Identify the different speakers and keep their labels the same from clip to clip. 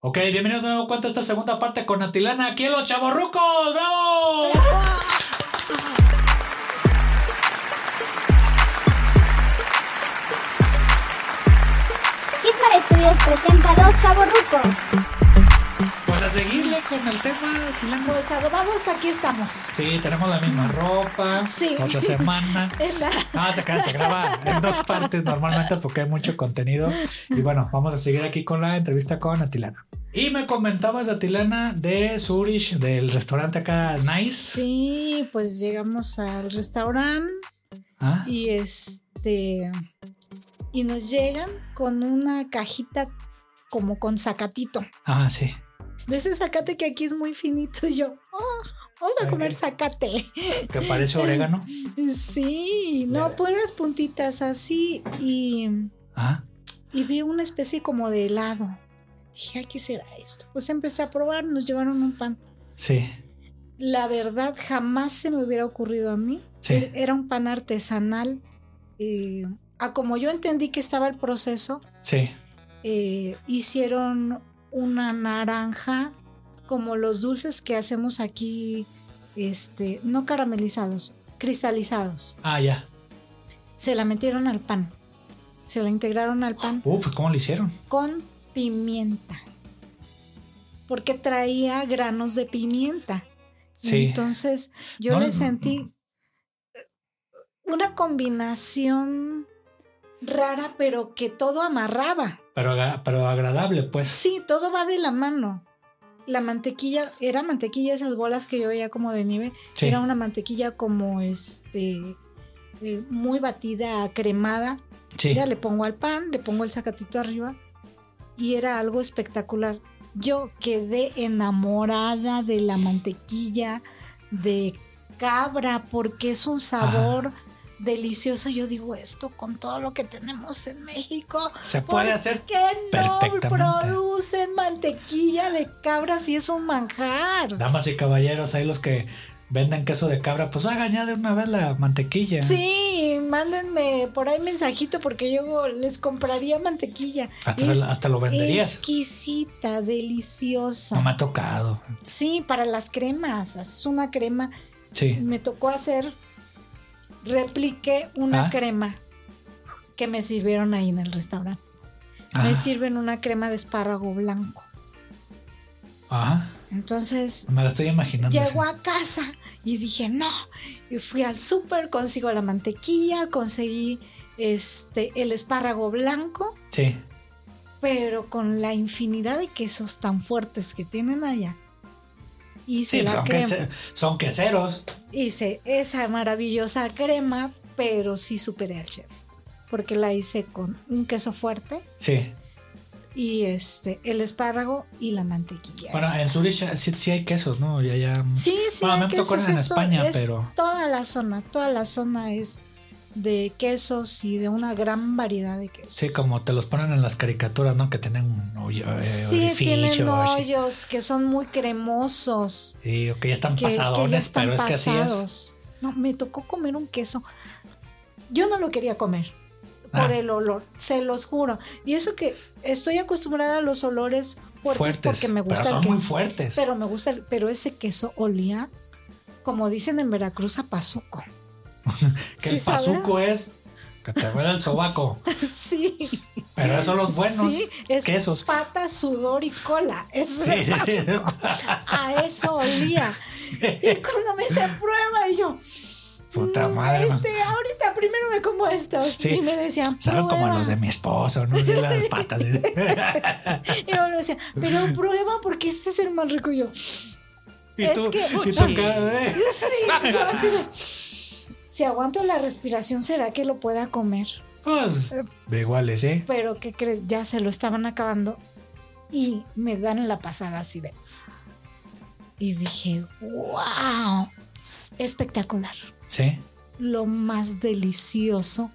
Speaker 1: Ok, bienvenidos de nuevo cuenta esta segunda parte con Atilana aquí en Los Chavorrucos. ¡Bravo!
Speaker 2: Hitmar Studios presenta Los Chavorrucos.
Speaker 1: Pues a seguirle con el tema, Atilana.
Speaker 3: Pues adobados, aquí estamos.
Speaker 1: Sí, tenemos la misma ropa.
Speaker 3: Sí.
Speaker 1: Otra semana.
Speaker 3: En la-
Speaker 1: Ah, se, acaba- se graba en dos partes normalmente porque hay mucho contenido. Y bueno, vamos a seguir aquí con la entrevista con Atilana. Y me comentabas, Atilana, de Zurich, del restaurante acá Nice.
Speaker 3: Sí, pues llegamos al restaurante
Speaker 1: Ah,
Speaker 3: y este. Y nos llegan con una cajita como con zacatito.
Speaker 1: ah, sí.
Speaker 3: De ese zacate que aquí es muy finito. Y yo, "Ah, vamos a
Speaker 1: Ok.
Speaker 3: comer zacate.
Speaker 1: Que parece orégano.
Speaker 3: Sí, no, puras puntitas así. Y,
Speaker 1: Ah,
Speaker 3: y vi una especie como de helado. Dije, "Ay, ¿qué será esto? Pues empecé a probar, nos llevaron un pan.
Speaker 1: sí.
Speaker 3: La verdad, jamás se me hubiera ocurrido a mí.
Speaker 1: Sí.
Speaker 3: E-, Era un pan artesanal. eh, a como yo entendí que estaba el proceso,
Speaker 1: Sí.
Speaker 3: eh, hicieron una naranja como los dulces que hacemos aquí, este, no caramelizados, cristalizados.
Speaker 1: Ah, ya.
Speaker 3: Se la metieron al pan. Se la integraron al pan
Speaker 1: Uh, pues ¿cómo lo hicieron?
Speaker 3: con pimienta. Porque traía granos de pimienta.
Speaker 1: Sí.
Speaker 3: Entonces, yo
Speaker 1: No,
Speaker 3: le
Speaker 1: no,
Speaker 3: sentí eh, una combinación rara, pero que todo amarraba.
Speaker 1: Pero, aga- pero agradable, pues.
Speaker 3: Sí, todo va de la mano. La mantequilla, era mantequilla esas bolas que yo veía como de nieve.
Speaker 1: Sí.
Speaker 3: Era una mantequilla como este eh, muy batida, cremada.
Speaker 1: Sí.
Speaker 3: Ya le pongo al pan, le pongo el sacatito arriba y era algo espectacular. Yo quedé enamorada de la mantequilla de cabra porque es un sabor delicioso. Yo digo esto con todo lo que tenemos en México.
Speaker 1: Se
Speaker 3: ¿Por
Speaker 1: puede hacer.
Speaker 3: qué no
Speaker 1: perfectamente.
Speaker 3: producen mantequilla de cabra si es un manjar?
Speaker 1: Damas y caballeros, ahí los que venden queso de cabra, pues hagan ya de una vez la mantequilla.
Speaker 3: Sí, mándenme por ahí mensajito porque yo les compraría mantequilla.
Speaker 1: Hasta,
Speaker 3: Es-
Speaker 1: se la- hasta lo venderías.
Speaker 3: Exquisita, deliciosa.
Speaker 1: No me ha tocado.
Speaker 3: Sí, para las cremas. Haces una crema.
Speaker 1: Sí.
Speaker 3: Me tocó hacer, repliqué una
Speaker 1: Ah.
Speaker 3: crema que me sirvieron ahí en el restaurante.
Speaker 1: Ajá.
Speaker 3: Me sirven una crema de espárrago blanco.
Speaker 1: Ajá.
Speaker 3: Entonces,
Speaker 1: Me la estoy imaginando. así.
Speaker 3: llego a casa y dije, no. Y fui al súper, consigo la mantequilla, conseguí este, el espárrago blanco,
Speaker 1: Sí.
Speaker 3: pero con la infinidad de quesos tan fuertes que tienen allá. Hice
Speaker 1: Sí, pues,
Speaker 3: la
Speaker 1: son,
Speaker 3: crema.
Speaker 1: quese- son queseros.
Speaker 3: hice esa maravillosa crema, pero sí superé al chef. Porque la hice con un queso fuerte
Speaker 1: Sí.
Speaker 3: y este, el espárrago y la mantequilla.
Speaker 1: Bueno, en Zurich sí, sí hay quesos, ¿no? Ya, ya.
Speaker 3: sí, sí,
Speaker 1: bueno,
Speaker 3: hay
Speaker 1: a mí me tocó
Speaker 3: quesos,
Speaker 1: en
Speaker 3: es to-
Speaker 1: España,
Speaker 3: es
Speaker 1: pero-
Speaker 3: Toda la zona, toda la zona es de quesos y de una gran variedad de quesos.
Speaker 1: Sí, como te los ponen en las caricaturas, ¿no? Que tienen un hoyo, eh,
Speaker 3: Sí,
Speaker 1: orificio.
Speaker 3: tienen
Speaker 1: o así.
Speaker 3: hoyos que son muy cremosos.
Speaker 1: Sí, ok, ya están
Speaker 3: que- que ya
Speaker 1: pasadones,
Speaker 3: están
Speaker 1: pero es que así es.
Speaker 3: pasados. No, me tocó comer un queso. Yo no lo quería comer
Speaker 1: Ah.
Speaker 3: por el olor, se los juro. Y eso que estoy acostumbrada a los olores fuertes, porque me gusta
Speaker 1: pero
Speaker 3: el
Speaker 1: son
Speaker 3: que-
Speaker 1: muy fuertes.
Speaker 3: Pero me gusta, el- pero ese queso olía, como dicen en Veracruz, a pazuco.
Speaker 1: que
Speaker 3: ¿sí
Speaker 1: el
Speaker 3: sabrá?
Speaker 1: pazuco es que te huele el sobaco.
Speaker 3: sí.
Speaker 1: Pero esos son los buenos
Speaker 3: Sí, es
Speaker 1: quesos.
Speaker 3: pata, sudor y cola. Eso
Speaker 1: Sí,
Speaker 3: es
Speaker 1: sí, sí.
Speaker 3: A eso olía. Y cuando me hice prueba, y yo.
Speaker 1: Puta
Speaker 3: "Mm,
Speaker 1: madre, man".
Speaker 3: Este, ahorita primero me como estos.
Speaker 1: Sí.
Speaker 3: Y me decían.
Speaker 1: Saben como a
Speaker 3: "Prueba".
Speaker 1: los de mi esposo, ¿no? De las patas.
Speaker 3: Y yo le decía, pero prueba porque este es el más rico. Y yo,
Speaker 1: y
Speaker 3: Es
Speaker 1: tú,
Speaker 3: que-
Speaker 1: y tú acá, eh.
Speaker 3: sí, yo así de, Si aguanto la respiración, ¿será que lo pueda comer?
Speaker 1: Pues, de iguales, ¿eh?
Speaker 3: Pero ¿qué crees? Ya se lo estaban acabando y me dan la pasada así de. Y dije, wow, espectacular.
Speaker 1: Sí.
Speaker 3: Lo más delicioso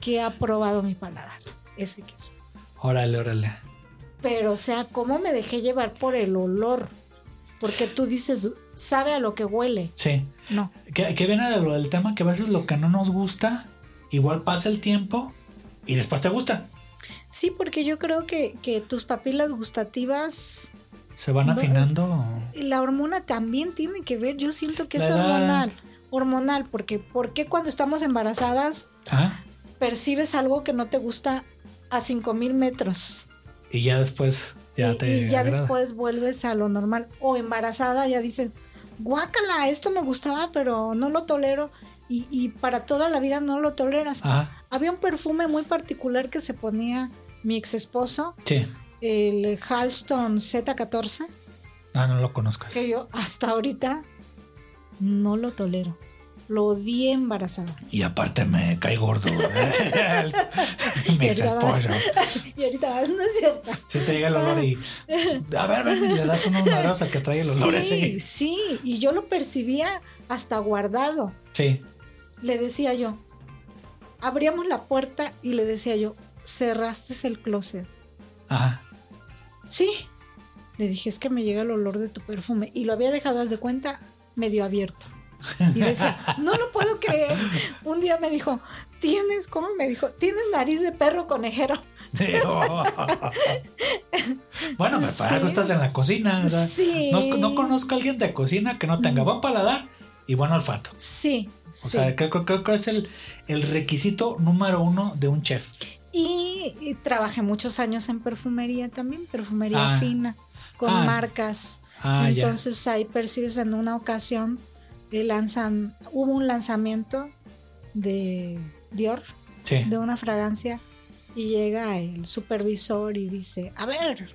Speaker 3: que ha probado mi paladar, ese queso.
Speaker 1: Órale, órale.
Speaker 3: Pero, o sea, ¿cómo me dejé llevar por el olor? Porque tú dices, sabe a lo que huele.
Speaker 1: Sí.
Speaker 3: No.
Speaker 1: Que, que viene de lo del tema que a veces lo que no nos gusta, igual pasa el tiempo y después te gusta.
Speaker 3: Sí, porque yo creo que, que tus papilas gustativas
Speaker 1: Se van
Speaker 3: No.
Speaker 1: afinando.
Speaker 3: y la hormona también tiene que ver. Yo siento que es
Speaker 1: La edad.
Speaker 3: hormonal. Hormonal, porque ¿por qué cuando estamos embarazadas
Speaker 1: Ah,
Speaker 3: percibes algo que no te gusta a 5000 metros?
Speaker 1: y ya después ya
Speaker 3: y,
Speaker 1: te.
Speaker 3: y ya
Speaker 1: agrada.
Speaker 3: después vuelves a lo normal. O embarazada, ya dicen, guácala, esto me gustaba, pero no lo tolero. Y, y para toda la vida no lo toleras.
Speaker 1: Ajá,
Speaker 3: Había un perfume muy particular que se ponía mi ex esposo,
Speaker 1: sí.
Speaker 3: el Halston Z14,
Speaker 1: Ah, no lo conozcas.
Speaker 3: que yo hasta ahorita no lo tolero. Lo odié embarazada.
Speaker 1: Y aparte me cae gordo. Mi ex esposo.
Speaker 3: Y ahorita vas, no es cierto.
Speaker 1: Si te llega el olor y. A ver, ven, y le das unos madrazos al que trae el olor
Speaker 3: sí,
Speaker 1: ese.
Speaker 3: sí, y yo lo percibía hasta guardado.
Speaker 1: Sí.
Speaker 3: le decía yo, abríamos la puerta y le decía yo, cerraste el closet.
Speaker 1: Ajá.
Speaker 3: Sí. Le dije, es que me llega el olor de tu perfume. Y lo había dejado, haz de cuenta, medio abierto. Y decía, no lo puedo creer. Un día me dijo, tienes, ¿cómo me dijo? Tienes nariz de perro conejero.
Speaker 1: bueno, me para
Speaker 3: Sí.
Speaker 1: algo estás en la cocina. o sea,
Speaker 3: Sí.
Speaker 1: no, no conozco a alguien de cocina que no tenga buen paladar y buen olfato.
Speaker 3: Sí,
Speaker 1: O
Speaker 3: sí.
Speaker 1: sea, creo, creo- creo que es el, el requisito número uno de un chef.
Speaker 3: y, y trabajé muchos años en perfumería también, perfumería
Speaker 1: Ah.
Speaker 3: fina, con
Speaker 1: Ah.
Speaker 3: marcas.
Speaker 1: Ah,
Speaker 3: Entonces ahí percibes en una ocasión eh, lanzan, hubo un lanzamiento de Dior,
Speaker 1: ya. Sí.
Speaker 3: de una fragancia, y llega el supervisor y dice, a ver,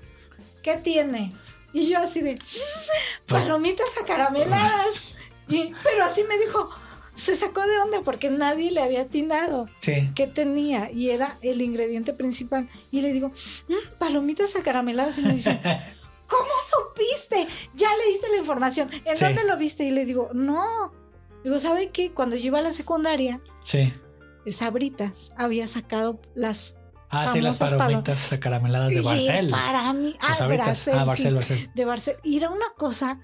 Speaker 3: ¿qué tiene? Y yo así de, "Mm,
Speaker 1: Ah.
Speaker 3: palomitas acarameladas. Y, pero así me dijo, se sacó de onda porque nadie le había atinado
Speaker 1: Sí.
Speaker 3: qué tenía y era el ingrediente principal. Y le digo, "Mm, palomitas acarameladas. Y me dice, ¿cómo supiste? Ya leíste la información. ¿En
Speaker 1: Sí.
Speaker 3: dónde lo viste? Y le digo, no. Digo, ¿sabe qué? Cuando yo iba a la secundaria,
Speaker 1: Sí.
Speaker 3: Sabritas había sacado las...
Speaker 1: Ah, sí, las
Speaker 3: Famosas
Speaker 1: palomitas acarameladas de
Speaker 3: Y
Speaker 1: Barcel.
Speaker 3: Para mí... Ah,
Speaker 1: Las ahoritas.
Speaker 3: Barcel,
Speaker 1: ah,
Speaker 3: sí,
Speaker 1: Barcel, Barcel.
Speaker 3: de Barcel. Y era una cosa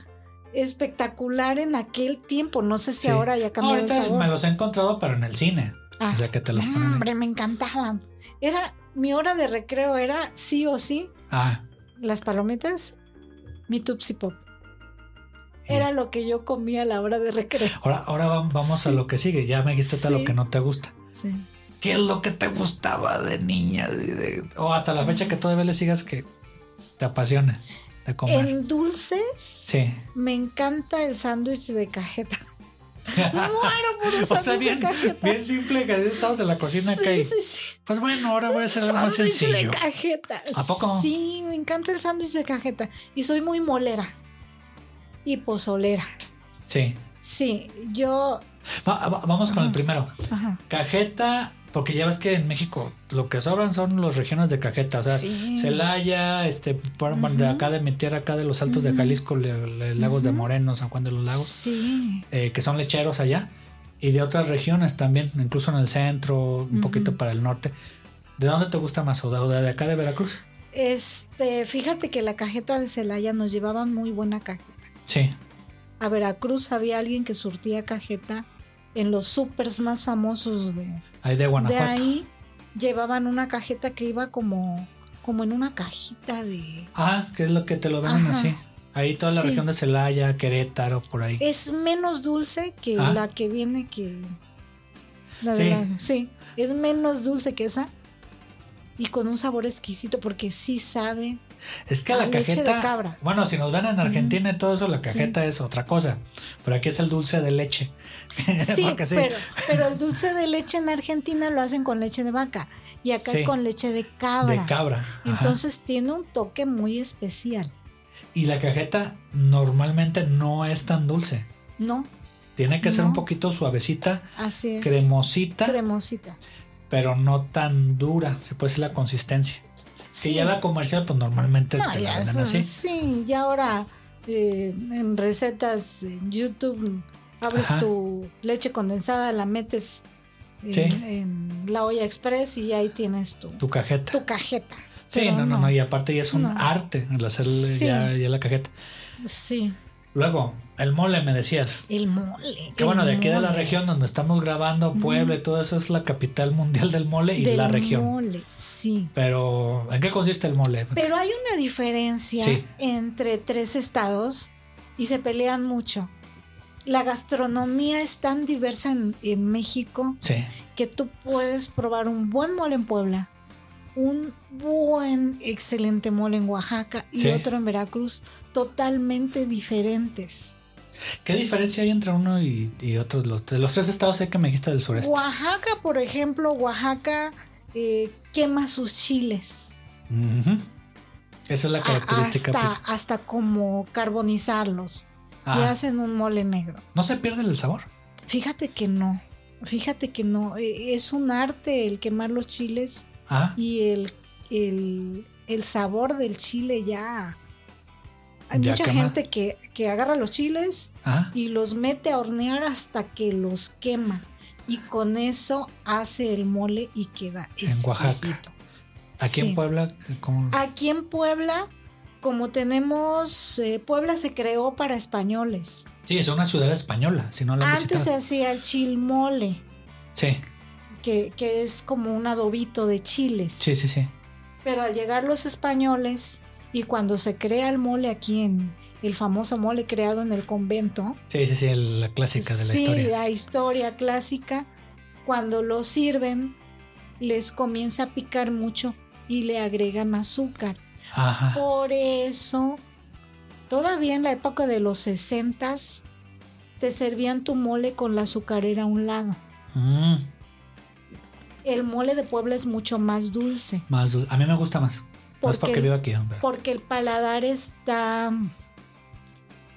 Speaker 3: espectacular en aquel tiempo. No sé si
Speaker 1: Sí.
Speaker 3: ahora ya cambió el
Speaker 1: Ahorita
Speaker 3: sabor.
Speaker 1: me los he encontrado, pero en el cine.
Speaker 3: Ah.
Speaker 1: O sea, que te los
Speaker 3: No,
Speaker 1: ponen. ahí.
Speaker 3: hombre, me encantaban. Era mi hora de recreo, era sí o sí
Speaker 1: Ah.
Speaker 3: las palomitas, mi Tupsi Pop.
Speaker 1: y-
Speaker 3: Era lo que yo comía a la hora de recreo.
Speaker 1: Ahora, ahora vam- vamos a
Speaker 3: Sí.
Speaker 1: lo que sigue. Ya me dijiste todo
Speaker 3: Sí.
Speaker 1: lo que no te gusta.
Speaker 3: Sí.
Speaker 1: ¿Qué es lo que te gustaba de niña? De- de- o hasta la fecha que todavía le sigas que te apasiona de comer.
Speaker 3: En dulces
Speaker 1: Sí.
Speaker 3: me encanta el sándwich de cajeta. Muero por el sándwich
Speaker 1: O sea,
Speaker 3: de
Speaker 1: bien,
Speaker 3: cajeta.
Speaker 1: bien simple que estamos en la cocina
Speaker 3: sí,
Speaker 1: acá y,
Speaker 3: sí, sí.
Speaker 1: Pues bueno, ahora voy a hacer algo más
Speaker 3: Sándwich
Speaker 1: sencillo.
Speaker 3: de cajeta.
Speaker 1: ¿A poco?
Speaker 3: Sí, me encanta el sándwich de cajeta. Y soy muy molera. Y pozolera.
Speaker 1: Sí.
Speaker 3: Sí, yo.
Speaker 1: Va- va- vamos con el primero.
Speaker 3: Ajá.
Speaker 1: Cajeta, porque ya ves que en México lo que sobran son los regiones de cajeta. O sea,
Speaker 3: Sí.
Speaker 1: Celaya, este, por- por de
Speaker 3: Ujú.
Speaker 1: acá de mi tierra, acá de los altos de
Speaker 3: Ujú.
Speaker 1: Jalisco, le- le- Lagos de
Speaker 3: Ujú.
Speaker 1: Moreno, San Juan de los Lagos.
Speaker 3: Sí.
Speaker 1: eh, que son lecheros allá y de otras regiones también, incluso en el centro, un
Speaker 3: Ujú.
Speaker 1: poquito para el norte. ¿De dónde te gusta más o de, o de acá de Veracruz?
Speaker 3: Este, fíjate que la cajeta de Celaya nos llevaba muy buena cajeta.
Speaker 1: Sí,
Speaker 3: A Veracruz había alguien que surtía cajeta en los supers más famosos de,
Speaker 1: ahí de
Speaker 3: de
Speaker 1: Guanajuato.
Speaker 3: ahí. Llevaban una cajeta que iba como, como en una cajita de...
Speaker 1: Ah, que es lo que te lo venden
Speaker 3: Ajá.
Speaker 1: así. Ahí toda la
Speaker 3: Sí. Eh,
Speaker 1: región de Celaya, Querétaro, por ahí.
Speaker 3: Es menos dulce que
Speaker 1: Ah.
Speaker 3: la que viene que... La
Speaker 1: Sí.
Speaker 3: de la- sí, es menos dulce que esa. Y con un sabor exquisito porque sí sabe
Speaker 1: Es que
Speaker 3: a
Speaker 1: la
Speaker 3: leche de
Speaker 1: cajeta...
Speaker 3: cabra.
Speaker 1: Bueno, si nos ven en Argentina y todo eso, la
Speaker 3: Sí.
Speaker 1: cajeta es otra cosa. Pero aquí es el dulce de leche.
Speaker 3: Sí,
Speaker 1: Porque
Speaker 3: Pero, pero el dulce de leche en Argentina lo hacen con leche de vaca y acá
Speaker 1: Sí.
Speaker 3: es con leche de cabra.
Speaker 1: De cabra. Ajá.
Speaker 3: Entonces tiene un toque muy especial,
Speaker 1: Y la cajeta normalmente no es tan dulce.
Speaker 3: ¿no?
Speaker 1: Tiene que ser un
Speaker 3: No.
Speaker 1: poquito suavecita,
Speaker 3: Así es.
Speaker 1: cremosita.
Speaker 3: Cremosita.
Speaker 1: pero no tan dura, se puede decir la consistencia. Si ya la comercial, pues normalmente
Speaker 3: No,
Speaker 1: te la
Speaker 3: ya
Speaker 1: venden
Speaker 3: es-
Speaker 1: así.
Speaker 3: Sí, y ahora eh, en recetas en YouTube abres
Speaker 1: Ajá.
Speaker 3: tu leche condensada, la metes en,
Speaker 1: Sí.
Speaker 3: en la olla express y ahí tienes tu,
Speaker 1: Tu cajeta.
Speaker 3: tu cajeta.
Speaker 1: sí,
Speaker 3: pero
Speaker 1: no, no, no,
Speaker 3: no.
Speaker 1: Y aparte ya es un
Speaker 3: No.
Speaker 1: arte el hacerle
Speaker 3: Sí.
Speaker 1: ya, ya la cajeta.
Speaker 3: Sí.
Speaker 1: Luego, el mole, me decías.
Speaker 3: El mole.
Speaker 1: Que
Speaker 3: el
Speaker 1: bueno, de aquí de la
Speaker 3: mole.
Speaker 1: región donde estamos grabando, Puebla y todo eso es la capital mundial del mole y
Speaker 3: Del
Speaker 1: la región.
Speaker 3: mole, sí.
Speaker 1: Pero, ¿en qué consiste el mole?
Speaker 3: Pero hay una diferencia
Speaker 1: Sí.
Speaker 3: entre tres estados y se pelean mucho. La gastronomía es tan diversa en, en México
Speaker 1: Sí.
Speaker 3: que tú puedes probar un buen mole en Puebla, un buen, excelente mole en Oaxaca y
Speaker 1: Sí.
Speaker 3: otro en Veracruz, totalmente diferentes.
Speaker 1: ¿Qué diferencia hay entre uno y, y otros? Los, de los tres estados sé que me dijiste del sureste.
Speaker 3: Oaxaca, por ejemplo, Oaxaca eh, quema sus chiles
Speaker 1: Ujú. Esa es la
Speaker 3: a-
Speaker 1: característica.
Speaker 3: Ah, hasta,
Speaker 1: pues.
Speaker 3: hasta como carbonizarlos y
Speaker 1: Ah,
Speaker 3: hacen un mole negro.
Speaker 1: ¿No se pierde el sabor?
Speaker 3: Fíjate que no, fíjate que no, eh, es un arte el quemar los chiles
Speaker 1: Ah,
Speaker 3: y el, el, el sabor del chile ya. Hay
Speaker 1: Ya
Speaker 3: mucha
Speaker 1: quema.
Speaker 3: gente que, que agarra los chiles
Speaker 1: ah.
Speaker 3: y los mete a hornear hasta que los quema. Y con eso hace el mole y queda
Speaker 1: En Oaxaca.
Speaker 3: exquisito.
Speaker 1: Aquí
Speaker 3: Sí. Ah.
Speaker 1: en Puebla, ¿cómo?
Speaker 3: Aquí en Puebla, como tenemos, eh, Puebla se creó para españoles.
Speaker 1: Sí, es una ciudad española, si no la han
Speaker 3: Antes se
Speaker 1: visitado.
Speaker 3: hacía el chilmole,
Speaker 1: Sí,
Speaker 3: que, que es como un adobito de chiles.
Speaker 1: sí, sí, sí.
Speaker 3: Pero al llegar los españoles y cuando se crea el mole aquí en el famoso mole creado en el convento,
Speaker 1: Sí, sí, sí, el- la clásica de la
Speaker 3: sí,
Speaker 1: historia.
Speaker 3: la historia clásica, cuando lo sirven, les comienza a picar mucho y le agregan azúcar.
Speaker 1: Ajá.
Speaker 3: Por eso, todavía en la época de los 60 te servían tu mole con la azucarera a un lado.
Speaker 1: Mm,
Speaker 3: El mole de Puebla es mucho más dulce.
Speaker 1: más dul- A mí me gusta más.
Speaker 3: ¿Por
Speaker 1: más porque
Speaker 3: qué?
Speaker 1: vivo aquí. hombre.
Speaker 3: porque el paladar está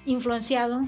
Speaker 3: influenciado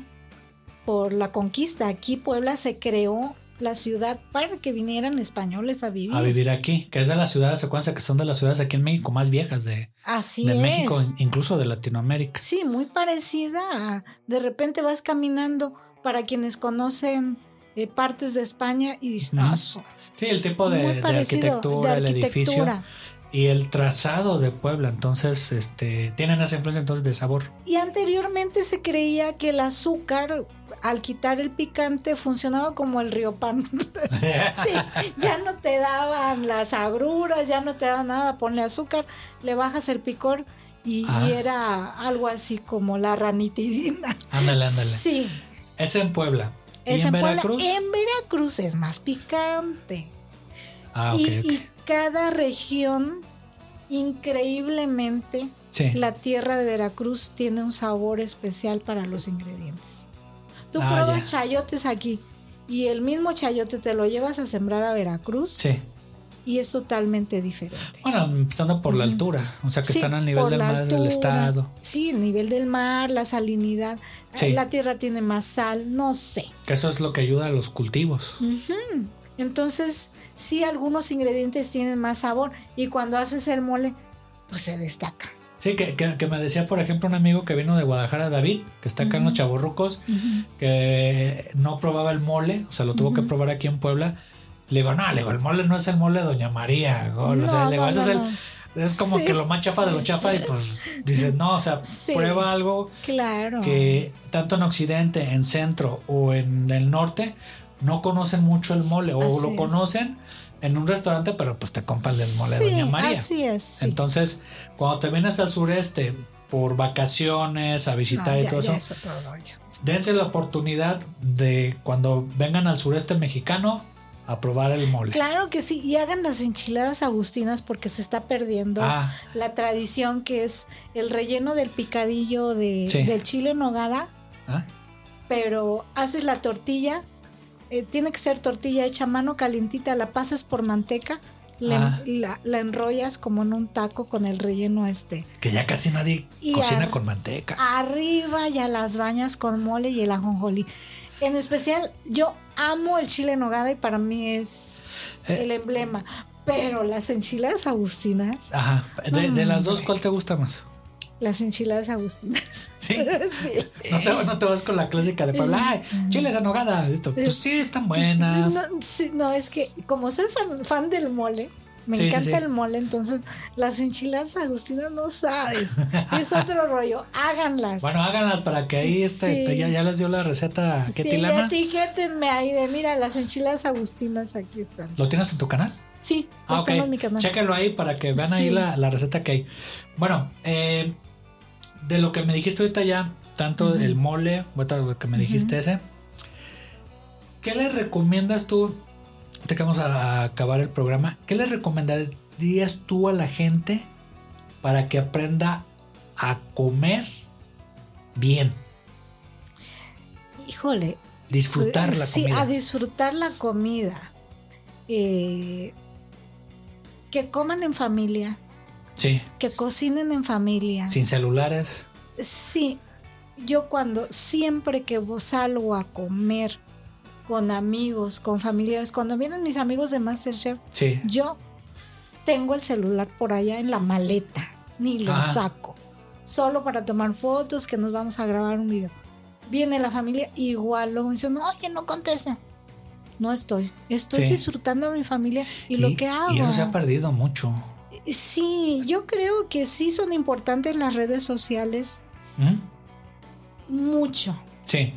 Speaker 3: por la conquista. Aquí Puebla se creó la ciudad para que vinieran españoles a vivir.
Speaker 1: a vivir aquí, que es de las ciudades, acuérdense que son de las ciudades aquí en México más viejas de,
Speaker 3: Así
Speaker 1: de
Speaker 3: es.
Speaker 1: México, incluso de Latinoamérica.
Speaker 3: Sí, muy parecida. a- De repente vas caminando para quienes conocen eh, partes de España y dices,
Speaker 1: Ujú.
Speaker 3: "Ah, su-
Speaker 1: Sí, el tipo de,
Speaker 3: muy
Speaker 1: de
Speaker 3: parecido, de
Speaker 1: arquitectura, el edificio
Speaker 3: arquitectura".
Speaker 1: y el trazado de Puebla. Entonces, este, tienen esa influencia entonces de sabor.
Speaker 3: Y anteriormente se creía que el azúcar, al quitar el picante, funcionaba como el río pan. Sí, ya no te daban las agruras, ya no te daban nada, ponle azúcar, le bajas el picor y,
Speaker 1: Ah.
Speaker 3: y era algo así como la ranitidina.
Speaker 1: ándale, ándale.
Speaker 3: Sí,
Speaker 1: Es en Puebla.
Speaker 3: es
Speaker 1: y en,
Speaker 3: en Puebla.
Speaker 1: Veracruz.
Speaker 3: En Veracruz es más picante.
Speaker 1: Ah, ok,
Speaker 3: y,
Speaker 1: ok.
Speaker 3: y cada región, increíblemente,
Speaker 1: Sí.
Speaker 3: la tierra de Veracruz tiene un sabor especial para los ingredientes. Tú
Speaker 1: Ah,
Speaker 3: pruebas
Speaker 1: ya.
Speaker 3: chayotes aquí y el mismo chayote te lo llevas a sembrar a Veracruz
Speaker 1: Sí.
Speaker 3: y es totalmente diferente.
Speaker 1: Bueno, empezando por la
Speaker 3: Ujú.
Speaker 1: altura, o sea que
Speaker 3: Mm. Sí,
Speaker 1: están al nivel
Speaker 3: por
Speaker 1: del
Speaker 3: la
Speaker 1: mar del
Speaker 3: altura.
Speaker 1: estado,
Speaker 3: Sí, el nivel del mar, la salinidad,
Speaker 1: Sí.
Speaker 3: la tierra tiene más sal, no sé.
Speaker 1: que eso es lo que ayuda a los cultivos.
Speaker 3: Mm. Ujú. Entonces, sí, algunos ingredientes tienen más sabor y cuando haces el mole, pues se destaca.
Speaker 1: Sí, que, que- que me decía, por ejemplo, un amigo que vino de Guadalajara, David, que está acá en los
Speaker 3: Ujú.
Speaker 1: chavorrucos, que no probaba el mole, o sea, lo tuvo que
Speaker 3: Ujú.
Speaker 1: probar aquí en Puebla. Le digo, no, le digo, el mole no es el mole de Doña María, gol. o sea, Oh, le digo, "Ese es, el-
Speaker 3: no,
Speaker 1: es como
Speaker 3: Sí.
Speaker 1: que lo más chafa de lo chafa y pues dices, no, o sea,
Speaker 3: Sí.
Speaker 1: prueba algo
Speaker 3: claro.
Speaker 1: que tanto en Occidente, en Centro o en el Norte no conocen mucho el mole o
Speaker 3: Así
Speaker 1: lo
Speaker 3: es.
Speaker 1: conocen en un restaurante, pero pues te compran el mole de
Speaker 3: Sí,
Speaker 1: Doña María.
Speaker 3: Así es. sí.
Speaker 1: Entonces, cuando te vienes al sureste por vacaciones, a
Speaker 3: No,
Speaker 1: visitar y
Speaker 3: ya-
Speaker 1: todo
Speaker 3: ya
Speaker 1: eso,
Speaker 3: es otro rollo.
Speaker 1: dense la oportunidad de cuando vengan al sureste mexicano a probar el mole.
Speaker 3: Claro que sí, y hagan las enchiladas agustinas porque se está perdiendo
Speaker 1: Ah,
Speaker 3: la tradición que es el relleno del picadillo de,
Speaker 1: Sí.
Speaker 3: del chile en nogada,
Speaker 1: ah,
Speaker 3: pero haces la tortilla, eh, tiene que ser tortilla hecha a mano calientita, la pasas por manteca, le-
Speaker 1: Ah.
Speaker 3: la, la enrollas como en un taco con el relleno este.
Speaker 1: que ya casi nadie
Speaker 3: Y Ah.
Speaker 1: cocina
Speaker 3: ar-
Speaker 1: con manteca.
Speaker 3: Arriba ya las bañas con mole y el ajonjolí. En especial, yo amo el chile en nogada y para mí es
Speaker 1: Eh.
Speaker 3: el emblema. Pero las enchiladas agustinas,
Speaker 1: Ajá. De, de las dos,
Speaker 3: Hombre.
Speaker 1: ¿cuál te gusta más?
Speaker 3: las enchiladas agustinas.
Speaker 1: Sí.
Speaker 3: Sí. Mm.
Speaker 1: No te, no te vas con la clásica de
Speaker 3: Eh,
Speaker 1: Puebla, "Ay, chiles en nogada", esto. Pues sí, están buenas.
Speaker 3: Sí, No, sí, no, es que como soy fan, fan del mole, Me
Speaker 1: Sí, sí,
Speaker 3: encanta
Speaker 1: sí.
Speaker 3: el mole, entonces las enchiladas Agustina no sabes. Es otro rollo, háganlas.
Speaker 1: Bueno, háganlas para que ahí este,
Speaker 3: Sí.
Speaker 1: te- ya, ya les dio la receta. ¿Qué
Speaker 3: sí,
Speaker 1: tilana?
Speaker 3: etiquétenme ahí de mira, las enchiladas Agustinas aquí están.
Speaker 1: ¿Lo tienes en tu canal?
Speaker 3: Sí,
Speaker 1: Ah, ok.
Speaker 3: están en mi canal.
Speaker 1: Chéquenlo ahí para que vean ahí
Speaker 3: Sí.
Speaker 1: la, la receta que hay. Bueno, eh, de lo que me dijiste ahorita ya, tanto
Speaker 3: Ujú.
Speaker 1: el mole, ahorita lo que me dijiste ese, ¿qué le recomiendas tú? Ahorita que vamos a acabar el programa, ¿qué le recomendarías tú a la gente para que aprenda a comer bien?
Speaker 3: Híjole,
Speaker 1: Disfrutar la
Speaker 3: sí, a
Speaker 1: comida.
Speaker 3: disfrutar la comida. Eh, que coman en familia,
Speaker 1: Sí,
Speaker 3: que cocinen en familia.
Speaker 1: sin celulares.
Speaker 3: Sí, yo cuando siempre que vo- salgo a comer con amigos, con familiares, cuando vienen mis amigos de Masterchef,
Speaker 1: Sí,
Speaker 3: yo tengo el celular por allá en la maleta, ni lo
Speaker 1: Ah.
Speaker 3: saco, solo para tomar fotos que nos vamos a grabar un video. Viene la familia, igual luego me dicen, oye, no contesta. No estoy, estoy
Speaker 1: Sí.
Speaker 3: disfrutando a mi familia y, lo que hago.
Speaker 1: y eso se ha perdido mucho.
Speaker 3: sí, yo creo que sí son importantes las redes sociales,
Speaker 1: ¿Mm?
Speaker 3: mucho.
Speaker 1: Sí,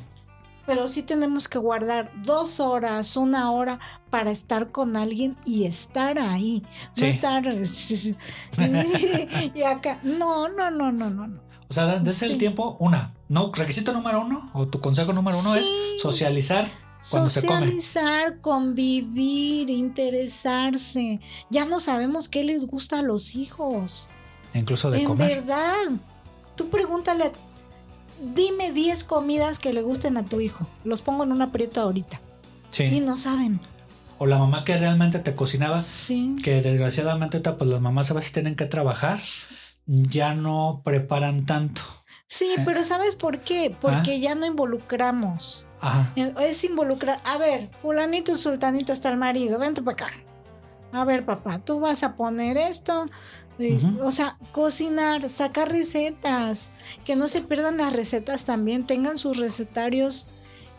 Speaker 3: pero sí tenemos que guardar dos horas, una hora para estar con alguien y estar ahí. No
Speaker 1: Sí.
Speaker 3: estar y acá. No, no, no, no, no, no.
Speaker 1: O sea, da- desde el
Speaker 3: Sí.
Speaker 1: tiempo, una. No, requisito número uno o tu consejo número uno
Speaker 3: Sí.
Speaker 1: es socializar. Cuando se come.
Speaker 3: Socializar, convivir, interesarse. Ya no sabemos qué les gusta a los hijos.
Speaker 1: Incluso de
Speaker 3: en
Speaker 1: comer.
Speaker 3: verdad. Tú pregúntale, dime 10 comidas que le gusten a tu hijo. Los pongo en un aprieto ahorita. Y
Speaker 1: Sí.
Speaker 3: no saben.
Speaker 1: O la mamá que realmente te cocinaba,
Speaker 3: Sí.
Speaker 1: que desgraciadamente ahorita, pues las mamás a veces tienen que trabajar, ya no preparan tanto.
Speaker 3: Sí,
Speaker 1: Eh.
Speaker 3: pero ¿sabes por qué? Porque
Speaker 1: Ah.
Speaker 3: ya no involucramos.
Speaker 1: Ajá.
Speaker 3: Es involucrar. A ver, fulanito, sultanito está el marido, vente para acá. A ver, papá, tú vas a poner esto. Eh,
Speaker 1: Ujú.
Speaker 3: O sea, cocinar, sacar recetas. Que no se pierdan las recetas también. Tengan sus recetarios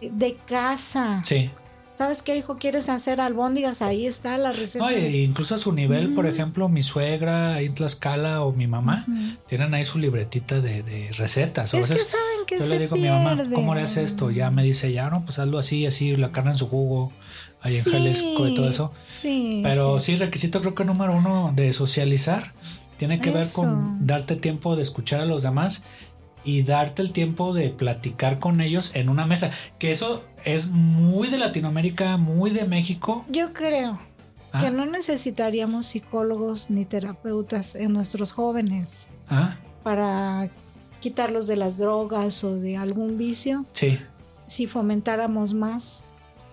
Speaker 3: eh, de casa.
Speaker 1: Sí.
Speaker 3: ¿Sabes qué, hijo? ¿Quieres hacer albóndigas? Ahí está la receta.
Speaker 1: No, e- incluso a su nivel,
Speaker 3: Mm.
Speaker 1: por ejemplo, mi suegra ahí en Tlaxcala o mi mamá
Speaker 3: Ujú.
Speaker 1: tienen ahí su libretita de, de recetas. O a
Speaker 3: Es que
Speaker 1: veces
Speaker 3: saben que
Speaker 1: yo
Speaker 3: se
Speaker 1: le digo
Speaker 3: pierde.
Speaker 1: a mi mamá, ¿cómo le hace esto? Ya me dice, ya no, pues hazlo así, así, la carne en su jugo, ahí en
Speaker 3: Sí,
Speaker 1: Jalisco y todo eso.
Speaker 3: Sí.
Speaker 1: Pero
Speaker 3: sí.
Speaker 1: sí, requisito creo que número uno de socializar tiene que ver con
Speaker 3: Eso.
Speaker 1: darte tiempo de escuchar a los demás y darte el tiempo de platicar con ellos en una mesa. Que eso es muy de Latinoamérica, muy de México.
Speaker 3: Yo creo.
Speaker 1: Ah,
Speaker 3: que no necesitaríamos psicólogos ni terapeutas en nuestros jóvenes
Speaker 1: ah,
Speaker 3: para quitarlos de las drogas o de algún vicio
Speaker 1: sí,
Speaker 3: si fomentáramos más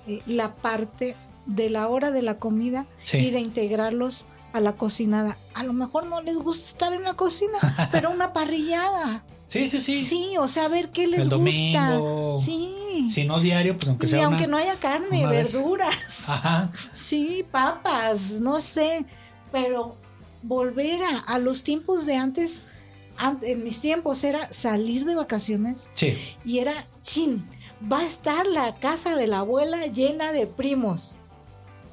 Speaker 3: eh, la parte de la hora de la comida y
Speaker 1: sí.
Speaker 3: de integrarlos a la cocinada. A lo mejor no les gusta estar en la cocina, pero una parrillada.
Speaker 1: Sí, sí, sí.
Speaker 3: Sí, o sea, a ver qué les
Speaker 1: El
Speaker 3: gusta.
Speaker 1: domingo.
Speaker 3: Sí.
Speaker 1: Si no diario, pues aunque
Speaker 3: y
Speaker 1: sea una-
Speaker 3: aunque no haya carne,
Speaker 1: una vez.
Speaker 3: verduras.
Speaker 1: Ajá,
Speaker 3: Sí, papas, no sé, pero volver a, a los tiempos de antes, an- en mis tiempos era salir de vacaciones
Speaker 1: sí.
Speaker 3: y era chin, va a estar la casa de la abuela llena de primos,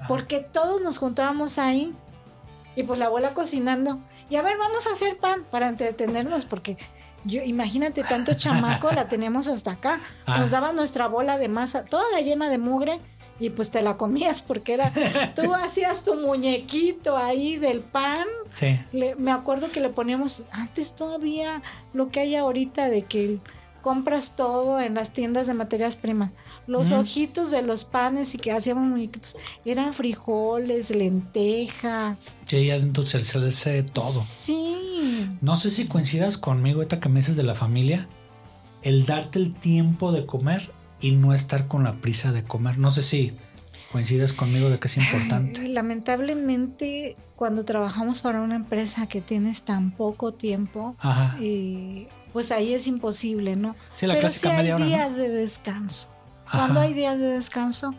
Speaker 3: porque todos nos juntábamos ahí y pues la abuela cocinando y a ver, vamos a hacer pan para entretenernos porque... Yo, imagínate tanto chamaco, la teníamos hasta acá.
Speaker 1: Ah.
Speaker 3: Nos daban nuestra bola de masa, toda llena de mugre, y pues te la comías porque era tú hacías tu muñequito ahí del pan.
Speaker 1: Sí,
Speaker 3: Le- me acuerdo que le poníamos antes todavía lo que hay ahorita de que compras todo en las tiendas de materias primas. Los
Speaker 1: Mm.
Speaker 3: ojitos de los panes y que hacíamos muñequitos eran frijoles, lentejas.
Speaker 1: sí, ya dentro se se hace todo.
Speaker 3: Sí.
Speaker 1: No sé si coincidas conmigo, esta que me dices de la familia, el darte el tiempo de comer y no estar con la prisa de comer. No sé si coincides conmigo de que es importante.
Speaker 3: Ay, Lamentablemente, cuando trabajamos para una empresa que tienes tan poco tiempo,
Speaker 1: Ajá.
Speaker 3: eh, pues ahí es imposible, ¿no?
Speaker 1: Sí, la
Speaker 3: Pero sí
Speaker 1: clásica
Speaker 3: hay
Speaker 1: media hora. ¿no?
Speaker 3: días de descanso.
Speaker 1: Ajá.
Speaker 3: Cuando hay días de descanso,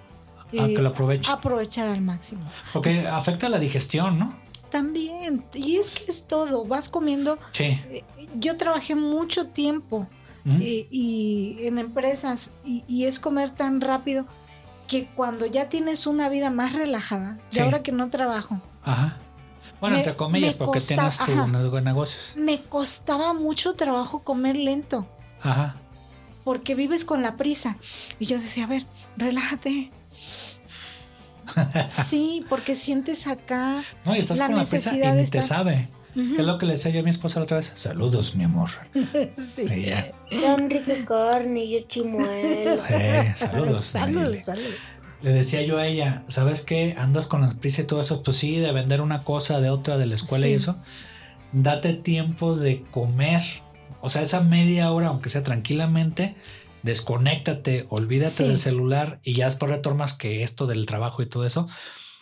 Speaker 3: eh,
Speaker 1: Ah, que lo aproveche.
Speaker 3: aprovechar al máximo.
Speaker 1: Porque afecta la digestión, ¿no?
Speaker 3: También, y es que es todo, vas comiendo.
Speaker 1: Sí.
Speaker 3: eh, Yo trabajé mucho tiempo
Speaker 1: ¿Mm?
Speaker 3: eh, y en empresas y, y es comer tan rápido que cuando ya tienes una vida más relajada,
Speaker 1: Sí.
Speaker 3: y ahora que no trabajo,
Speaker 1: Ajá. Bueno,
Speaker 3: Me-
Speaker 1: entre comillas,
Speaker 3: me
Speaker 1: porque
Speaker 3: costa-
Speaker 1: tienes tus
Speaker 3: ajá.
Speaker 1: negocios.
Speaker 3: Me costaba mucho trabajo comer lento,
Speaker 1: Ajá.
Speaker 3: porque vives con la prisa. Y yo decía, a ver, relájate. Sí, porque sientes acá.
Speaker 1: No, y estás
Speaker 3: La
Speaker 1: con la prisa y
Speaker 3: necesidad
Speaker 1: ni
Speaker 3: está-
Speaker 1: te sabe.
Speaker 3: Ujú.
Speaker 1: Que es lo que le decía yo a mi esposa la otra vez. Saludos, mi amor.
Speaker 3: Sí.
Speaker 1: Y ya.
Speaker 4: Don Rico Cornillo Chimuelo.
Speaker 1: Eh, saludos.
Speaker 3: Pues, Salud,
Speaker 1: Nayeli.
Speaker 3: salud.
Speaker 1: Le decía yo a ella, ¿sabes qué? Andas con las prisa y todo eso, pues sí, de vender una cosa, de otra, de la escuela y
Speaker 3: Sí.
Speaker 1: eso. Date tiempo de comer. O sea, esa media hora, aunque sea tranquilamente, desconéctate, olvídate
Speaker 3: Sí.
Speaker 1: del celular y ya después retomas que esto del trabajo y todo eso.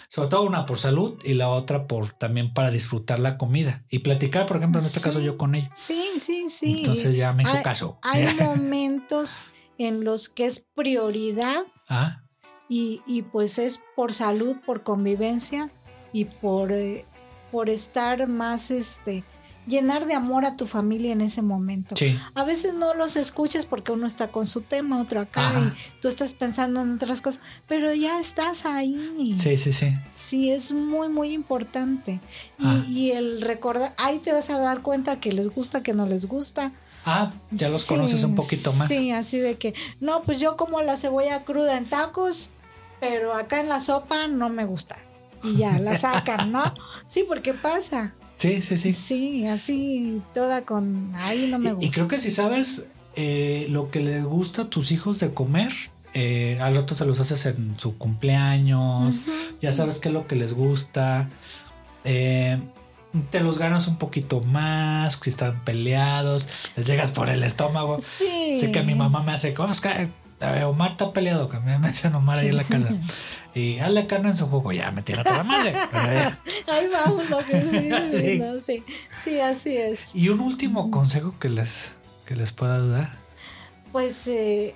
Speaker 1: Sobre todo una por salud y la otra por también para disfrutar la comida y platicar, por ejemplo, en este
Speaker 3: Sí.
Speaker 1: caso yo con ella.
Speaker 3: Sí, sí, sí.
Speaker 1: Entonces ya me hizo
Speaker 3: Ay,
Speaker 1: caso.
Speaker 3: Hay momentos en los que es prioridad
Speaker 1: Ah,
Speaker 3: y, y pues es por salud, por convivencia y por, eh, por estar más, este, llenar de amor a tu familia en ese momento.
Speaker 1: sí.
Speaker 3: A veces no los escuchas porque uno está con su tema, otro acá
Speaker 1: Ajá.
Speaker 3: y tú estás pensando en otras cosas, pero ya estás ahí.
Speaker 1: Sí, sí, sí.
Speaker 3: Sí, es muy, muy importante. Y,
Speaker 1: Ah.
Speaker 3: y el recordar, ahí te vas a dar cuenta que les gusta, que no les gusta.
Speaker 1: Ah, ya los
Speaker 3: Sí,
Speaker 1: conoces un poquito más.
Speaker 3: Sí, así de que, no, pues yo como la cebolla cruda en tacos, pero acá en la sopa no me gusta. Y ya la sacan, ¿no? Sí, porque pasa.
Speaker 1: Sí, sí, sí.
Speaker 3: Sí, así toda con, ahí no me
Speaker 1: Y-
Speaker 3: gusta.
Speaker 1: Y, creo que si sabes eh, lo que le gusta a tus hijos de comer, eh, al rato se los haces en su cumpleaños,
Speaker 3: Ujú.
Speaker 1: ya sabes qué es lo que les gusta, eh, te los ganas un poquito más, si están peleados, les llegas por el estómago.
Speaker 3: Sí.
Speaker 1: Sé que mi mamá me hace, "Vamos, ca- a ver, Omar está peleado, que me mencionan Omar ahí en la casa. Y hazle carne en su jugo, ya me tira toda la madre.
Speaker 3: Ahí va uno que sí, sí,
Speaker 1: Sí.
Speaker 3: no, sí. Sí, así es.
Speaker 1: y un último consejo que les, que les puedas dar.
Speaker 3: Pues eh,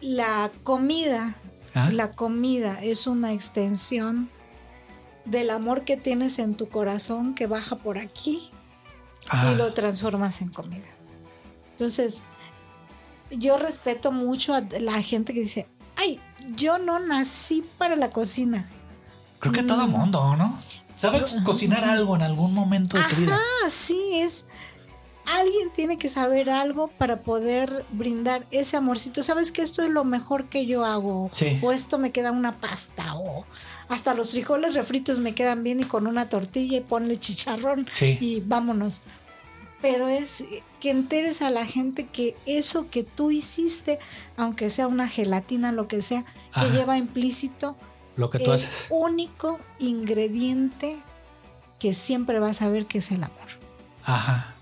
Speaker 3: la comida
Speaker 1: ¿Ah?
Speaker 3: La comida es una extensión del amor que tienes en tu corazón que baja por aquí
Speaker 1: Ah,
Speaker 3: y lo transformas en comida. Entonces, yo respeto mucho a la gente que dice, ay, yo no nací para la cocina.
Speaker 1: Creo que
Speaker 3: Mm.
Speaker 1: todo mundo, ¿no? ¿Sabes cocinar algo en algún momento de tu vida?
Speaker 3: Ah, sí, es... Alguien tiene que saber algo para poder brindar ese amorcito. ¿Sabes que esto es lo mejor que yo hago?
Speaker 1: Sí.
Speaker 3: O esto me queda una pasta. O hasta los frijoles refritos me quedan bien y con una tortilla y ponle chicharrón
Speaker 1: Sí.
Speaker 3: y vámonos. Pero es que enteres a la gente que eso que tú hiciste, aunque sea una gelatina, lo que sea,
Speaker 1: Ajá.
Speaker 3: que lleva implícito
Speaker 1: Lo que tú
Speaker 3: el
Speaker 1: haces.
Speaker 3: único ingrediente que siempre vas a ver que es el amor.
Speaker 1: Ajá.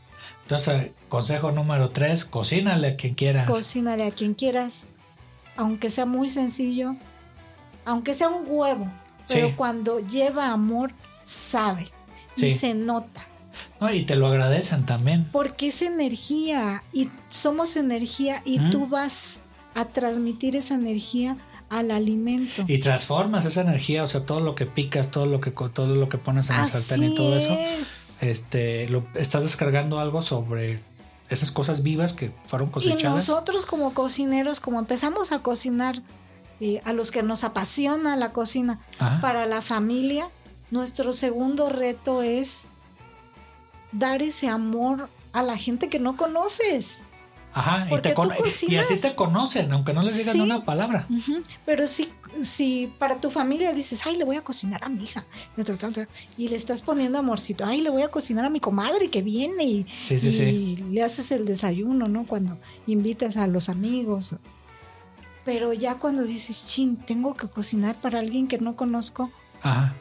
Speaker 1: Entonces, consejo número tres, cocínale a quien quieras.
Speaker 3: Cocínale a quien quieras, aunque sea muy sencillo, aunque sea un huevo, pero
Speaker 1: Sí.
Speaker 3: cuando lleva amor, sabe y
Speaker 1: Sí.
Speaker 3: se nota,
Speaker 1: No, y te lo agradecen también.
Speaker 3: porque es energía y somos energía y
Speaker 1: Mm.
Speaker 3: tú vas a transmitir esa energía al alimento.
Speaker 1: Y transformas esa energía, o sea, todo lo que picas, todo lo que co- todo lo que pones en el sartén y todo eso,
Speaker 3: es.
Speaker 1: este, lo, estás descargando algo sobre esas cosas vivas que fueron
Speaker 3: Y
Speaker 1: cosechadas.
Speaker 3: nosotros como cocineros, como empezamos a cocinar, eh, a los que nos apasiona la cocina,
Speaker 1: Ajá.
Speaker 3: para la familia, nuestro segundo reto es dar ese amor a la gente que no conoces.
Speaker 1: Ajá, y,
Speaker 3: porque
Speaker 1: te
Speaker 3: tú
Speaker 1: con- y así
Speaker 3: cocinas.
Speaker 1: te conocen, aunque no les digan
Speaker 3: Sí.
Speaker 1: una palabra.
Speaker 3: Pero si, si para tu familia dices, ay, le voy a cocinar a mi hija, ta, ta, ta, ta, y le estás poniendo amorcito, ay, le voy a cocinar a mi comadre que viene y,
Speaker 1: Sí, sí, sí.
Speaker 3: y le haces el desayuno, ¿no? Cuando invitas a los amigos. Pero ya cuando dices, chin, tengo que cocinar para alguien que no conozco,
Speaker 1: Ajá.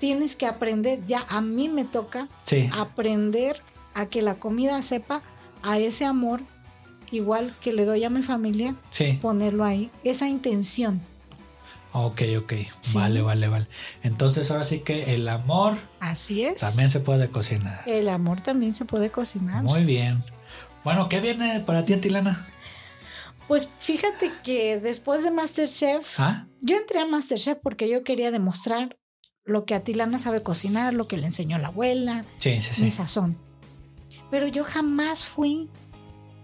Speaker 3: tienes que aprender, ya a mí me toca
Speaker 1: Sí.
Speaker 3: aprender a que la comida sepa a ese amor, igual que le doy a mi familia,
Speaker 1: Sí.
Speaker 3: ponerlo ahí, esa intención.
Speaker 1: Ok, ok.
Speaker 3: Sí.
Speaker 1: Vale, vale, vale. Entonces ahora sí que el amor
Speaker 3: Así es.
Speaker 1: también se puede cocinar.
Speaker 3: El amor también se puede cocinar.
Speaker 1: Muy bien. Bueno, ¿qué viene para ti, Tilana?
Speaker 3: Pues fíjate que después de Masterchef,
Speaker 1: ¿Ah?
Speaker 3: yo entré a Masterchef porque yo quería demostrar lo que Atilana sabe cocinar, lo que le enseñó la abuela,
Speaker 1: Sí, sí,
Speaker 3: mi
Speaker 1: sí.
Speaker 3: sazón. Pero yo jamás fui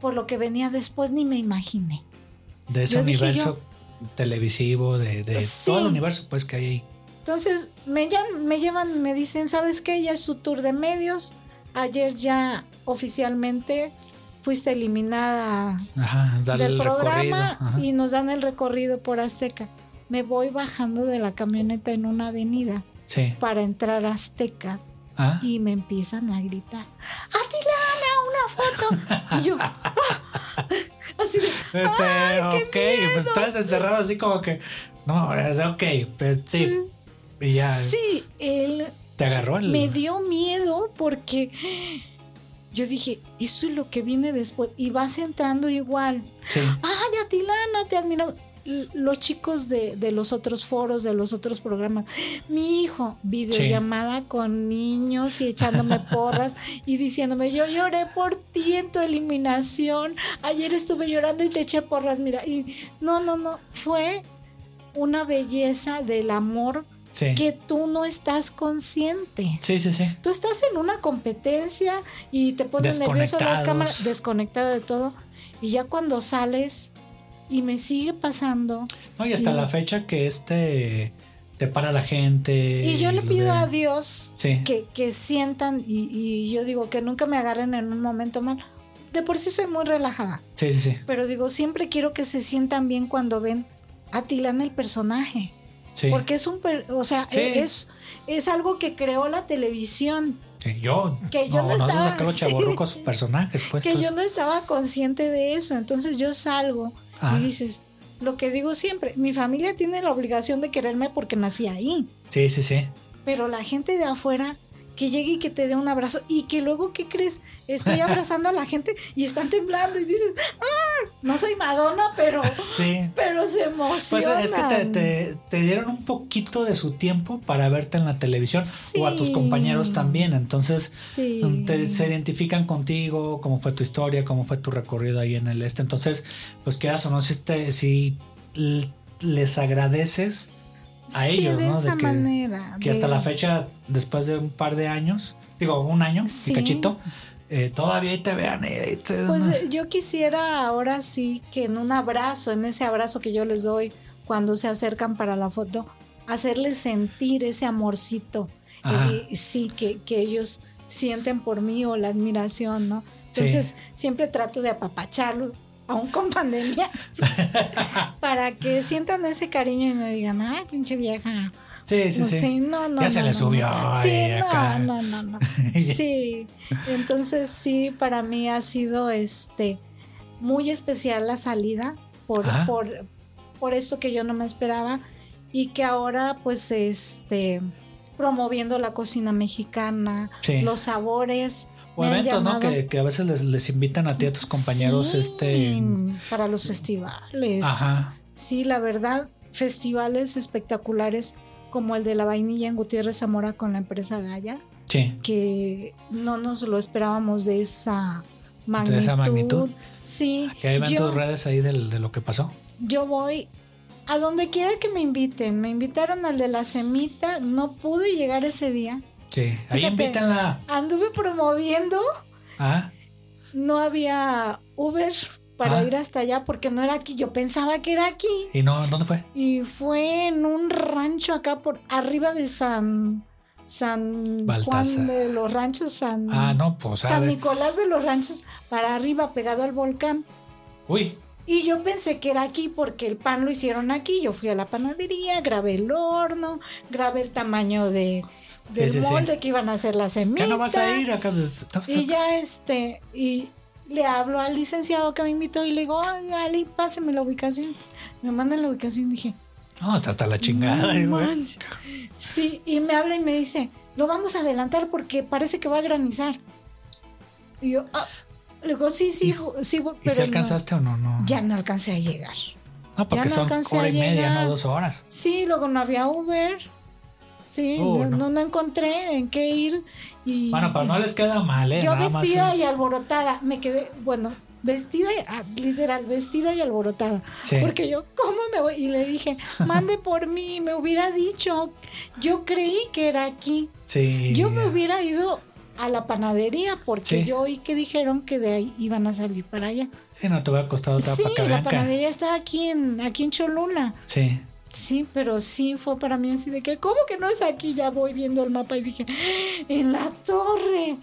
Speaker 3: por lo que venía después, ni me imaginé.
Speaker 1: De ese
Speaker 3: Yo dije
Speaker 1: universo televisivo, de, de
Speaker 3: Sí.
Speaker 1: todo el universo, pues que hay ahí.
Speaker 3: Entonces me, llam- me llevan, me dicen, ¿sabes qué? Ya es tu tour de medios. Ayer ya oficialmente fuiste eliminada
Speaker 1: Ajá, dale
Speaker 3: del
Speaker 1: el recorrido.
Speaker 3: programa
Speaker 1: Ajá.
Speaker 3: y nos dan el recorrido por Azteca. Me voy bajando de la camioneta en una avenida
Speaker 1: Sí.
Speaker 3: para entrar a Azteca
Speaker 1: Ah,
Speaker 3: y me empiezan a gritar, ¡Atilana, una foto! Y yo, ¡ah! así de,
Speaker 1: este,
Speaker 3: ¡ay,
Speaker 1: ok.
Speaker 3: qué
Speaker 1: Pues
Speaker 3: miedo!
Speaker 1: estás encerrado así como que. No, es ok, pues sí. Y ya
Speaker 3: Mm, Sí, él
Speaker 1: te agarró el.
Speaker 3: me dio miedo porque yo dije, esto es lo que viene después. Y vas entrando igual.
Speaker 1: Sí.
Speaker 3: ¡Ay, Atilana, te admiro! L- Los chicos de, de los otros foros, de los otros programas. Mi hijo, videollamada con niños y echándome porras y diciéndome, yo lloré por ti en tu eliminación. Ayer estuve llorando y te eché porras, mira. Y no, no, no. Fue una belleza del amor
Speaker 1: Sí.
Speaker 3: que tú no estás consciente.
Speaker 1: Sí, sí, sí.
Speaker 3: Tú estás en una competencia y te pones nervioso las
Speaker 1: Desconectados.
Speaker 3: cámaras, desconectado de todo. Y ya cuando sales y me sigue pasando,
Speaker 1: No, y hasta
Speaker 3: Y-
Speaker 1: la fecha que este te para la gente.
Speaker 3: y yo le
Speaker 1: lo
Speaker 3: pido
Speaker 1: de-
Speaker 3: a Dios
Speaker 1: Sí.
Speaker 3: que, que sientan y, y yo digo que nunca me agarren en un momento mal. De por sí soy muy relajada,
Speaker 1: Sí, sí, sí.
Speaker 3: pero digo, siempre quiero que se sientan bien cuando ven a Tilana el personaje,
Speaker 1: sí.
Speaker 3: porque es un, per- o sea,
Speaker 1: Sí.
Speaker 3: es, es algo que creó la televisión.
Speaker 1: Sí, Yo.
Speaker 3: que yo no
Speaker 1: no,
Speaker 3: estaba-
Speaker 1: sacar los
Speaker 3: sí.
Speaker 1: chavorrucos sus personajes, pues.
Speaker 3: que
Speaker 1: todo
Speaker 3: yo
Speaker 1: eso.
Speaker 3: no estaba consciente de eso. Entonces yo salgo
Speaker 1: Ah,
Speaker 3: y dices, lo que digo siempre, mi familia tiene la obligación de quererme porque nací ahí,
Speaker 1: sí, sí, sí.
Speaker 3: pero la gente de afuera que llegue y que te dé un abrazo y que luego, ¿qué crees? Estoy abrazando a la gente y están temblando y dices, ¡ah! No soy Madonna, pero,
Speaker 1: Sí.
Speaker 3: pero se
Speaker 1: Pues
Speaker 3: emocionan.
Speaker 1: es que te, te- te dieron un poquito de su tiempo para verte en la televisión o a tus
Speaker 3: Sí.
Speaker 1: compañeros también. Entonces mm,
Speaker 3: Sí.
Speaker 1: te- se identifican contigo, cómo fue tu historia, cómo fue tu recorrido ahí en el este. Entonces, pues quieras o no, si, te- si l- les agradeces a
Speaker 3: Sí,
Speaker 1: ellos,
Speaker 3: de
Speaker 1: ¿no? De
Speaker 3: Esa
Speaker 1: que-
Speaker 3: manera.
Speaker 1: que
Speaker 3: de-
Speaker 1: hasta la fecha, después de un par de años, digo, un año,
Speaker 3: Sí.
Speaker 1: y cachito, eh, todavía ahí te vean. eh, ahí te-
Speaker 3: Pues eh, yo quisiera ahora sí que en un abrazo, en ese abrazo que yo les doy cuando se acercan para la foto, hacerles sentir ese amorcito.
Speaker 1: Ajá.
Speaker 3: Eh, sí, que, que ellos sienten por mí o la admiración, ¿no?
Speaker 1: Sí.
Speaker 3: Entonces siempre trato de apapacharlos, aún con pandemia, para que sientan ese cariño y no digan, ay, pinche vieja.
Speaker 1: sí,
Speaker 3: pues,
Speaker 1: sí, sí.
Speaker 3: no, no,
Speaker 1: Ya se
Speaker 3: no,
Speaker 1: le
Speaker 3: no,
Speaker 1: subió,
Speaker 3: no.
Speaker 1: ay,
Speaker 3: Sí,
Speaker 1: acá.
Speaker 3: no, no, no, no. Sí, entonces sí, para mí ha sido este muy especial la salida por,
Speaker 1: Ajá.
Speaker 3: por, por esto que yo no me esperaba y que ahora pues este promoviendo la cocina mexicana,
Speaker 1: Sí.
Speaker 3: los sabores.
Speaker 1: O
Speaker 3: me han
Speaker 1: eventos, ¿no?
Speaker 3: llamado.
Speaker 1: Que, que a veces les, les invitan a ti, a tus compañeros,
Speaker 3: Sí,
Speaker 1: este...
Speaker 3: Para los festivales.
Speaker 1: Ajá.
Speaker 3: Sí, la verdad, festivales espectaculares como el de la vainilla en Gutiérrez Zamora con la empresa Gaya,
Speaker 1: Sí.
Speaker 3: que no nos lo esperábamos de esa magnitud.
Speaker 1: De esa magnitud. Ah,
Speaker 3: Sí,
Speaker 1: Que ahí ven
Speaker 3: yo,
Speaker 1: tus redes ahí del- de lo que pasó.
Speaker 3: yo voy a donde quiera que me inviten. Me invitaron al de la semita, no pude llegar ese día.
Speaker 1: Sí. Ahí
Speaker 3: Fíjate.
Speaker 1: invítanla.
Speaker 3: Anduve promoviendo,
Speaker 1: Ah,
Speaker 3: no había Uber para
Speaker 1: Ah.
Speaker 3: ir hasta allá porque no era aquí. Yo pensaba que era aquí.
Speaker 1: y no, ¿dónde fue?
Speaker 3: Y fue en un rancho acá por arriba de San San
Speaker 1: Baltasar.
Speaker 3: Juan de los Ranchos, San,
Speaker 1: Ah, no, pues a
Speaker 3: Mm. San
Speaker 1: ver.
Speaker 3: Nicolás de los Ranchos, para arriba pegado al volcán.
Speaker 1: Uy,
Speaker 3: Y yo pensé que era aquí porque el pan lo hicieron aquí. Yo fui a la panadería, grabé el horno, grabé el tamaño de, del
Speaker 1: sí, sí.
Speaker 3: molde que iban a hacer las semillas.
Speaker 1: ¿qué no vas a ir acá? No,
Speaker 3: Y ya este, y le hablo al licenciado que me invitó y le digo, ay, Ali, páseme la ubicación. Me mandan la ubicación y dije,
Speaker 1: no, hasta, hasta la chingada.
Speaker 3: no
Speaker 1: güey.
Speaker 3: manches. Sí, y me habla y me dice, lo vamos a adelantar porque parece que va a granizar. Y yo, ah. le digo, sí, sí, ju- sí, voy",
Speaker 1: ¿Y
Speaker 3: pero
Speaker 1: si
Speaker 3: no,
Speaker 1: alcanzaste o no? No,
Speaker 3: ya no alcancé a llegar.
Speaker 1: no porque
Speaker 3: no
Speaker 1: son
Speaker 3: alcancé a
Speaker 1: hora y media,
Speaker 3: llegar.
Speaker 1: no dos horas.
Speaker 3: Sí, luego no había Uber. Sí,
Speaker 1: Oh,
Speaker 3: no,
Speaker 1: no.
Speaker 3: no, no encontré en qué ir. Y
Speaker 1: Bueno, pero no les queda mal, ¿eh?
Speaker 3: yo
Speaker 1: Nada más
Speaker 3: vestida
Speaker 1: es-
Speaker 3: y alborotada, me quedé, bueno, vestida, y- ah, literal, vestida y alborotada.
Speaker 1: Sí.
Speaker 3: Porque yo, ¿cómo me voy? Y le dije, mande por mí, me hubiera dicho, yo creí que era aquí.
Speaker 1: Sí.
Speaker 3: Yo me hubiera ido a la panadería porque
Speaker 1: Sí.
Speaker 3: yo oí que dijeron que de ahí iban a salir para allá.
Speaker 1: Sí, no te hubiera costado otra
Speaker 3: Sí,
Speaker 1: paca
Speaker 3: la
Speaker 1: blanca.
Speaker 3: panadería está aquí en, aquí en Cholula.
Speaker 1: Sí.
Speaker 3: Sí, pero sí fue para mí así de que, ¿cómo que no es aquí? Ya voy viendo el mapa y dije, "¡Ah, en la torre,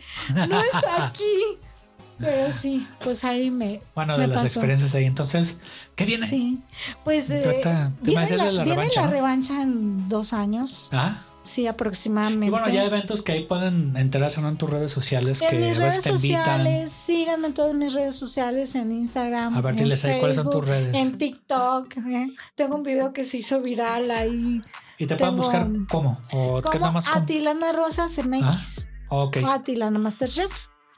Speaker 3: no es aquí. Pero sí, pues ahí me.
Speaker 1: Bueno,
Speaker 3: me
Speaker 1: de las
Speaker 3: pasó.
Speaker 1: experiencias ahí. Entonces, ¿qué viene?
Speaker 3: Sí, pues eh,
Speaker 1: Ahorita, tú me
Speaker 3: viene,
Speaker 1: decías
Speaker 3: la,
Speaker 1: de la
Speaker 3: viene
Speaker 1: revancha,
Speaker 3: la
Speaker 1: ¿no?
Speaker 3: revancha en dos años,
Speaker 1: Ah,
Speaker 3: sí, aproximadamente.
Speaker 1: y bueno, ya eventos que ahí pueden enterarse ¿no? en tus redes sociales que
Speaker 3: en mis
Speaker 1: a
Speaker 3: redes
Speaker 1: veces te invitan.
Speaker 3: sociales, síganme en todas mis redes sociales, en Instagram,
Speaker 1: A ver,
Speaker 3: en
Speaker 1: diles ahí, ¿cuáles son tus
Speaker 3: Facebook,
Speaker 1: redes?
Speaker 3: En TikTok, ¿eh? tengo un video que se hizo viral ahí.
Speaker 1: Y te pueden
Speaker 3: tengo-
Speaker 1: buscar cómo. O qué nada
Speaker 3: Como
Speaker 1: más cómo.
Speaker 3: Atilana Rosas MX
Speaker 1: Ok.
Speaker 3: o Atilana Masterchef.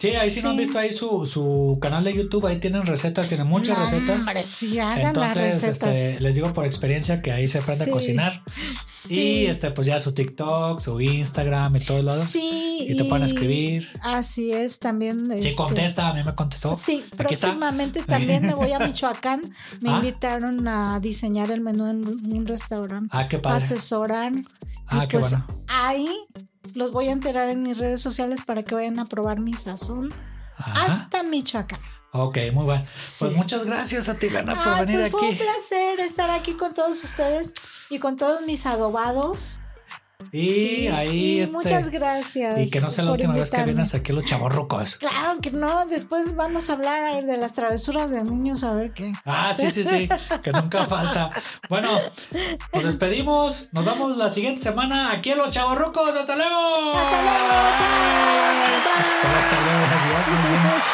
Speaker 1: Sí, ahí si no han
Speaker 3: sí.
Speaker 1: visto ahí su, su canal de YouTube, ahí tienen recetas, tienen muchas
Speaker 3: No,
Speaker 1: recetas.
Speaker 3: hombre, sí, hagan las
Speaker 1: Entonces,
Speaker 3: recetas.
Speaker 1: este, les digo por experiencia que ahí se aprende
Speaker 3: Sí.
Speaker 1: a cocinar.
Speaker 3: sí,
Speaker 1: Y este, pues ya su TikTok, su Instagram y todos lados.
Speaker 3: sí,
Speaker 1: y te pueden escribir.
Speaker 3: Así es, también.
Speaker 1: Sí,
Speaker 3: este,
Speaker 1: contesta, a mí me contestó.
Speaker 3: Sí,
Speaker 1: Aquí está.
Speaker 3: próximamente también me voy a Michoacán. Me
Speaker 1: Ah.
Speaker 3: invitaron a diseñar el menú en un restaurante.
Speaker 1: Ah, qué padre.
Speaker 3: Asesorar.
Speaker 1: Ah,
Speaker 3: y
Speaker 1: qué
Speaker 3: pues
Speaker 1: bueno.
Speaker 3: ahí los voy a enterar en mis redes sociales para que vayan a probar mi sazón
Speaker 1: Ajá.
Speaker 3: hasta Michoacán.
Speaker 1: Ok, muy bueno. Pues
Speaker 3: ah. Sí.
Speaker 1: muchas gracias a ti, Lana, por
Speaker 3: Ay,
Speaker 1: venir
Speaker 3: pues fue un
Speaker 1: aquí.
Speaker 3: placer estar aquí con todos ustedes y con todos mis adobados.
Speaker 1: Y
Speaker 3: Sí,
Speaker 1: ahí
Speaker 3: y
Speaker 1: este,
Speaker 3: muchas gracias.
Speaker 1: Y que no sea la
Speaker 3: por
Speaker 1: última vez que
Speaker 3: invitarme.
Speaker 1: vienes aquí a los chavorrucos.
Speaker 3: Claro que no, después vamos a hablar a ver, de las travesuras de niños, a ver qué.
Speaker 1: Ah, sí, sí, sí, que nunca falta. Bueno, nos despedimos. Nos vemos la siguiente semana aquí en los chavorrucos. ¡Hasta luego!
Speaker 3: Hasta luego, chao. Bye.
Speaker 1: Hasta luego, adiós, muy bien.